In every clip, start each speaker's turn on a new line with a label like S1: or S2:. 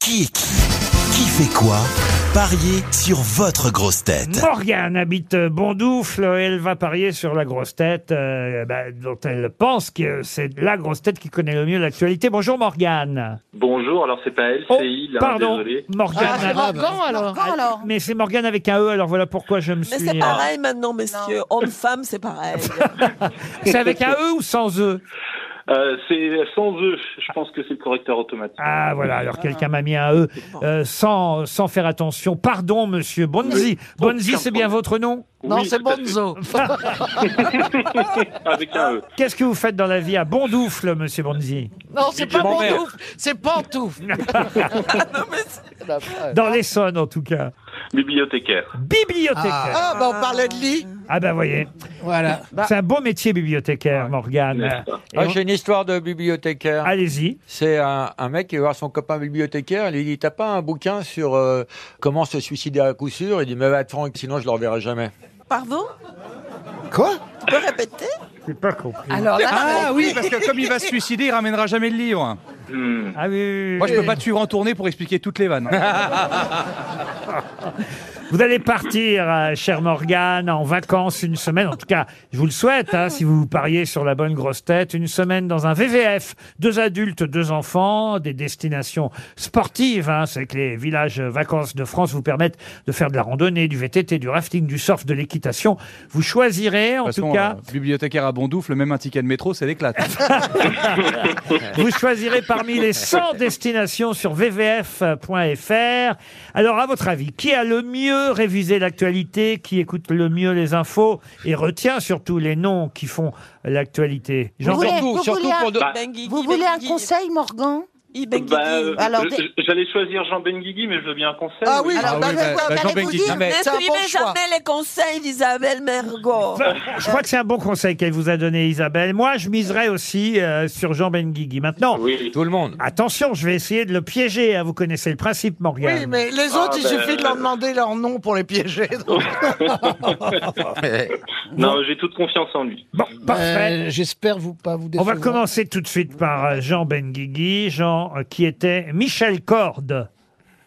S1: qui est qui Qui fait quoi Pariez sur votre grosse tête.
S2: Morgane habite Bondoufle. Elle va parier sur la grosse tête euh, bah, dont elle pense que c'est la grosse tête qui connaît le mieux l'actualité. Bonjour Morgane.
S3: Bonjour, alors c'est pas elle,
S2: Oh,
S3: c'est il, hein,
S2: pardon,
S3: désolé.
S4: Ah,
S2: Morgane.
S5: Ah, Morgan alors.
S6: Encore alors
S2: mais c'est Morgane avec un E, alors voilà pourquoi je me
S4: Mais
S2: suis... euh,
S4: c'est pareil maintenant, messieurs. Homme-femme, c'est pareil.
S2: C'est avec un E ou sans E
S3: Euh, c'est sans eux, je pense que c'est le correcteur automatique.
S2: Ah voilà, alors quelqu'un m'a mis un E euh, sans, sans faire attention. Pardon monsieur Bonzi. Bonzi, c'est bien votre nom
S5: Non,
S3: Oui,
S5: c'est
S3: tout à fait.
S5: Bonzo.
S3: Avec un E.
S2: Qu'est-ce que vous faites dans la vie à Bondoufle, monsieur Bonzi
S5: Non, c'est pas
S3: Mon père.
S5: Bonzouf, c'est Pantouf.
S2: Dans l'Essonne, en tout cas.
S3: Bibliothécaire.
S2: Bibliothécaire.
S6: Ah, bah on parlait de lit.
S2: Ah, bah voyez,
S7: Voilà.
S8: Ah.
S5: Bah,
S2: c'est un beau métier bibliothécaire, Morgane.
S3: N'est-ce pas
S2: Et on-
S9: J'ai une histoire de bibliothécaire.
S2: Ah. Allez-y.
S9: C'est un, un mec qui va voir son copain bibliothécaire, il lui dit T'as pas un bouquin sur euh, comment se suicider à coup sûr Il dit Mais attends, sinon je le reverrai jamais.
S4: Pardon
S7: Quoi
S4: Tu peux répéter
S2: J'ai pas compris.
S6: Alors là,
S8: Ah oui, parce que comme il va se suicider, il ramènera jamais le livre.
S3: Hmm.
S2: Ah oui, oui, oui.
S8: Moi, je peux pas te suivre en tournée pour expliquer toutes les vannes.
S2: Vous allez partir, euh, chère Morgane, en vacances une semaine. En tout cas, je vous le souhaite, hein, si vous pariez sur la bonne grosse tête. Une semaine dans un VVF. Deux adultes, deux enfants, des destinations sportives. hein. C'est que les villages vacances de France vous permettent de faire de la randonnée, du VTT, du rafting, du surf, de l'équitation. Vous choisirez, en
S8: Parce
S2: tout
S8: qu'on,
S2: cas,
S8: euh, bibliothécaire à Bondoufle, même un ticket de métro, c'est l'éclate.
S2: Vous choisirez parmi les 100 destinations sur vvf.fr. Alors, à votre avis, qui a le mieux révisé l'actualité, qui écoute le mieux les infos et retient surtout les noms qui font l'actualité Jean-
S6: voulez-
S9: surtout,
S6: vous
S9: surtout
S6: voulez un-
S9: pour de-
S3: Bah,
S4: Benguigui,
S6: vous voulez un
S4: Benguigui,
S6: conseil, Morgan
S5: Ben,
S4: Ibenguigui.
S3: Bah, euh,
S6: Alors,
S3: je-
S6: des-
S3: J'allais choisir Jean Benguigui, mais je veux bien un conseil.
S6: Ah oui,
S8: Ah
S6: alors bah,
S8: oui,
S6: je vais
S8: bah,
S6: voir,
S8: bah,
S6: j'allais
S8: Jean
S6: vous
S8: Benguigui.
S6: dire,
S9: Non, mais-
S6: c'est un bon
S4: Ne suivez
S6: choix.
S4: jamais les conseils d'Isabelle Mergot.
S2: Je crois que c'est un bon conseil qu'elle vous a donné, Isabelle. Moi, je miserais aussi euh, sur Jean Benguigui. Maintenant,
S3: Oui.
S9: Tout le monde.
S2: attention, je vais essayer de le piéger. hein. Vous connaissez le principe, Morgane.
S5: Oui, mais les autres, il
S3: ben,
S5: suffit de leur
S3: euh,
S5: demander leur nom pour les piéger.
S3: Non, j'ai toute confiance en lui.
S2: Bon, parfait.
S7: Euh, J'espère vous pas vous
S2: On
S7: décevoir.
S2: va commencer tout de suite par euh, Jean Benguigui, Jean euh, qui était Michel Corde.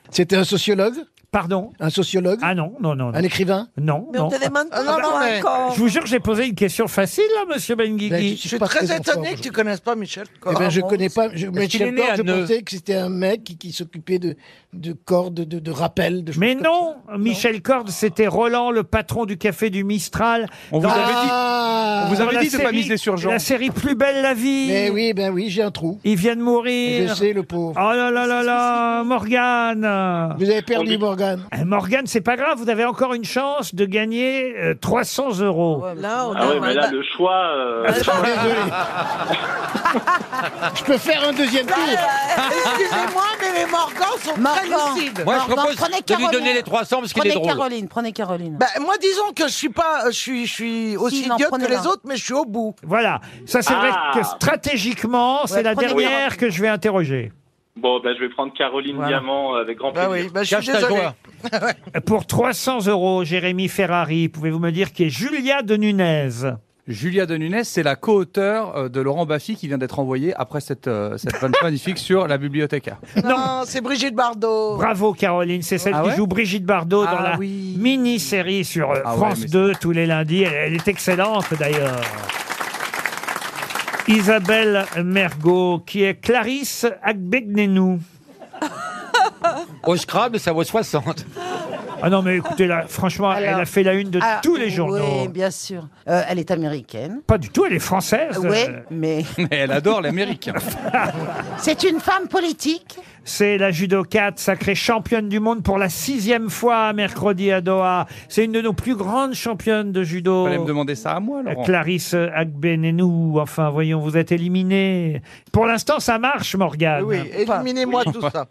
S7: C'était un sociologue
S2: Pardon
S7: Un sociologue
S2: Ah non, non, non. non.
S7: Un écrivain
S2: Non,
S4: Mais
S2: non.
S4: on te demande
S5: Ah, non,
S4: pourquoi
S5: non, mais-
S4: encore.
S2: Je vous jure que j'ai posé une question facile, là, monsieur
S7: Ben,
S2: Benguigui.
S5: Bah, Je
S7: suis
S5: suis
S7: pas
S5: très
S7: très en
S5: étonné
S7: forme.
S5: que tu connaisses pas Michel
S7: Eh
S5: Cordes.
S7: ben, je
S5: Ah bon
S7: connais pas. Je, mais
S9: qu'il
S7: Michel
S9: est né
S7: Cordes,
S9: à
S7: je
S9: Neu
S7: pensais que c'était un mec qui, qui s'occupait de, de cordes, de, de rappels. De choses
S2: Mais
S7: comme
S2: non,
S7: ça.
S2: Michel Corde, c'était Roland, le patron du café du Mistral.
S8: On vous
S2: Dans-
S8: avait dit,
S7: Ah
S8: on vous
S2: dans
S8: avait
S2: la
S8: dit de pas
S2: série-
S8: miser sur Jean.
S2: La série Plus belle la vie.
S7: Mais oui, ben oui, j'ai un trou.
S2: Il vient de
S7: Je
S2: mourir.
S7: sais, le pauvre.
S2: Oh là là là là, Morgane.
S7: Vous avez
S3: On
S7: perdu,
S3: dit-
S7: Morgane.
S2: Eh, Morgane, c'est pas grave, vous avez encore une chance de gagner euh, 300 euros.
S4: Là, on
S3: Ah
S4: a
S3: ouais, mais là,
S5: bah-
S4: on a-
S3: le choix... euh,
S7: Je suis désolé. Je peux faire un deuxième tour.
S5: Excusez-moi, mais les Morgans sont très
S6: Morgan.
S5: lucides.
S9: Moi, je
S6: Morgan,
S9: propose
S6: prenez
S9: de lui
S6: Caroline.
S9: donner les 300 parce qu'il est
S6: Prenez
S9: drôle.
S6: Caroline, prenez Caroline.
S5: Bah, moi, disons que je suis pas, je suis, je suis aussi
S6: Si, non,
S5: idiote que
S6: prenez-la.
S5: les autres, mais je suis au bout.
S2: Voilà, ça c'est
S3: Ah.
S2: vrai que stratégiquement, c'est
S6: Ouais,
S2: la
S6: prenez
S2: dernière
S6: Caroline.
S2: que je vais interroger.
S3: Bon, bah, je vais prendre Caroline
S5: Voilà.
S3: Diamant euh, avec grand
S5: Bah
S3: plaisir.
S5: oui, bah, je suis
S9: Cache ta
S5: désolé.
S9: joie.
S2: Pour 300 euros, Jérémy Ferrari, pouvez-vous me dire qui est Julia de Nunez
S8: Julia de Nunes, c'est la co-auteure euh, de Laurent Baffy qui vient d'être envoyée après cette, euh, cette vanne magnifique sur la bibliothécaire.
S5: Non, c'est Brigitte Bardot.
S2: Bravo Caroline, c'est celle
S8: Ah ouais
S2: qui joue Brigitte Bardot dans
S8: Ah
S2: la
S8: oui.
S2: mini-série sur euh,
S8: Ah ouais,
S2: France
S8: mais c'est-
S2: 2 tous les lundis. Elle, elle est excellente d'ailleurs. Isabelle Mergot, qui est Clarisse Agbegnenu.
S9: Au Scrabble, ça vaut 60.
S2: Ah non mais écoutez, là, franchement,
S6: Alors-
S2: elle a fait la une de
S5: Ah,
S2: tous les journaux.
S6: Oui, bien sûr. Euh, elle est américaine.
S2: Pas du tout, elle est française.
S6: Oui,
S2: Euh,
S6: mais
S8: Mais elle adore l'Amérique.
S6: c'est une femme politique.
S2: C'est la judokate sacrée championne du monde pour la sixième fois mercredi à Doha. C'est une de nos plus grandes championnes de judo.
S8: Fallait me demander ça à moi, Laurent.
S2: Clarisse Agbenenou, enfin voyons, vous êtes éliminée. Pour l'instant, ça marche, Morgane.
S5: Oui, éliminez-moi tout ça.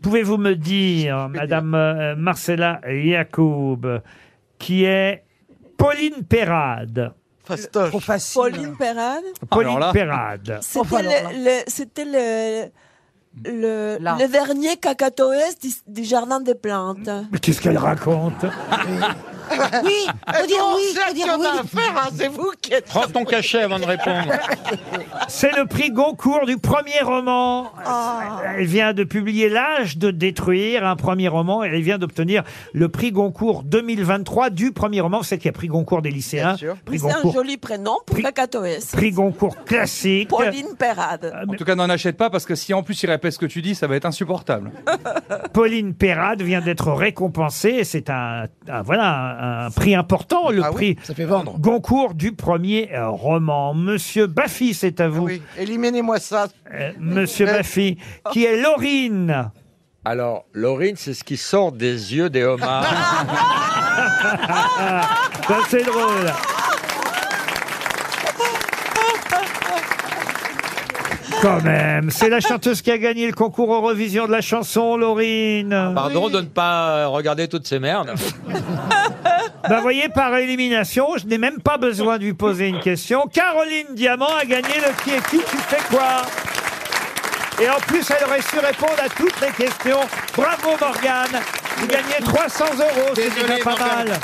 S2: Pouvez-vous me dire, Madame euh, Marcella Yacoub, qui est Pauline Perrade
S5: Fastoche.
S6: Trop facile.
S4: Pauline Perrade,
S2: Pauline
S8: là.
S2: Perrade.
S4: c'était
S6: Enfin, alors là.
S4: le, le- c'était le, le,
S6: Là.
S4: le dernier cacatoès du, du jardin des plantes.
S2: Mais qu'est-ce qu'elle raconte
S6: Oui, faut dire oui,
S5: c'est à
S6: faut
S5: qui
S6: dire
S5: on a
S6: oui.
S5: affaire, hein, c'est vous qui êtes...
S9: Prends ton cachet avant de répondre.
S2: C'est le prix Goncourt du premier roman.
S4: Ah.
S2: Elle vient de publier L'âge de détruire, un premier roman, et elle vient d'obtenir le prix Goncourt 2023 du premier roman. Vous savez qu'il y a prix Goncourt des lycéens,
S5: Bien sûr.
S2: prix
S4: C'est un
S2: Goncourt,
S4: joli prénom pour
S2: Pri-
S4: la KTOS.
S2: prix Goncourt classique.
S4: Pauline Perrade.
S8: En tout cas, n'en achète pas parce que si en plus il répète ce que tu dis, ça va être insupportable.
S2: Pauline Perrade vient d'être récompensée. et C'est un, un- voilà, un, un prix important, le
S5: Ah oui,
S2: prix
S7: Ça fait vendre.
S2: Goncourt du premier euh, roman. Monsieur Baffy, c'est à vous.
S5: Ah Oui, éliminez-moi ça.
S2: Euh, Monsieur Baffy, qui est Laurine.
S9: Alors, Laurine, c'est ce qui sort des yeux des homards.
S2: Ça, c'est drôle. Quand même, c'est la chanteuse qui a gagné le concours Eurovision de la chanson, Laurine.
S9: Pardon de ne pas euh, regarder toutes ces merdes.
S2: Bah voyez, par élimination, je n'ai même pas besoin de lui poser une question. Caroline Diamant a gagné le qui est qui, tu fais quoi Et en plus, elle aurait su répondre à toutes les questions. Bravo Morgane Vous gagnez 300 euros, c'est déjà pas mal.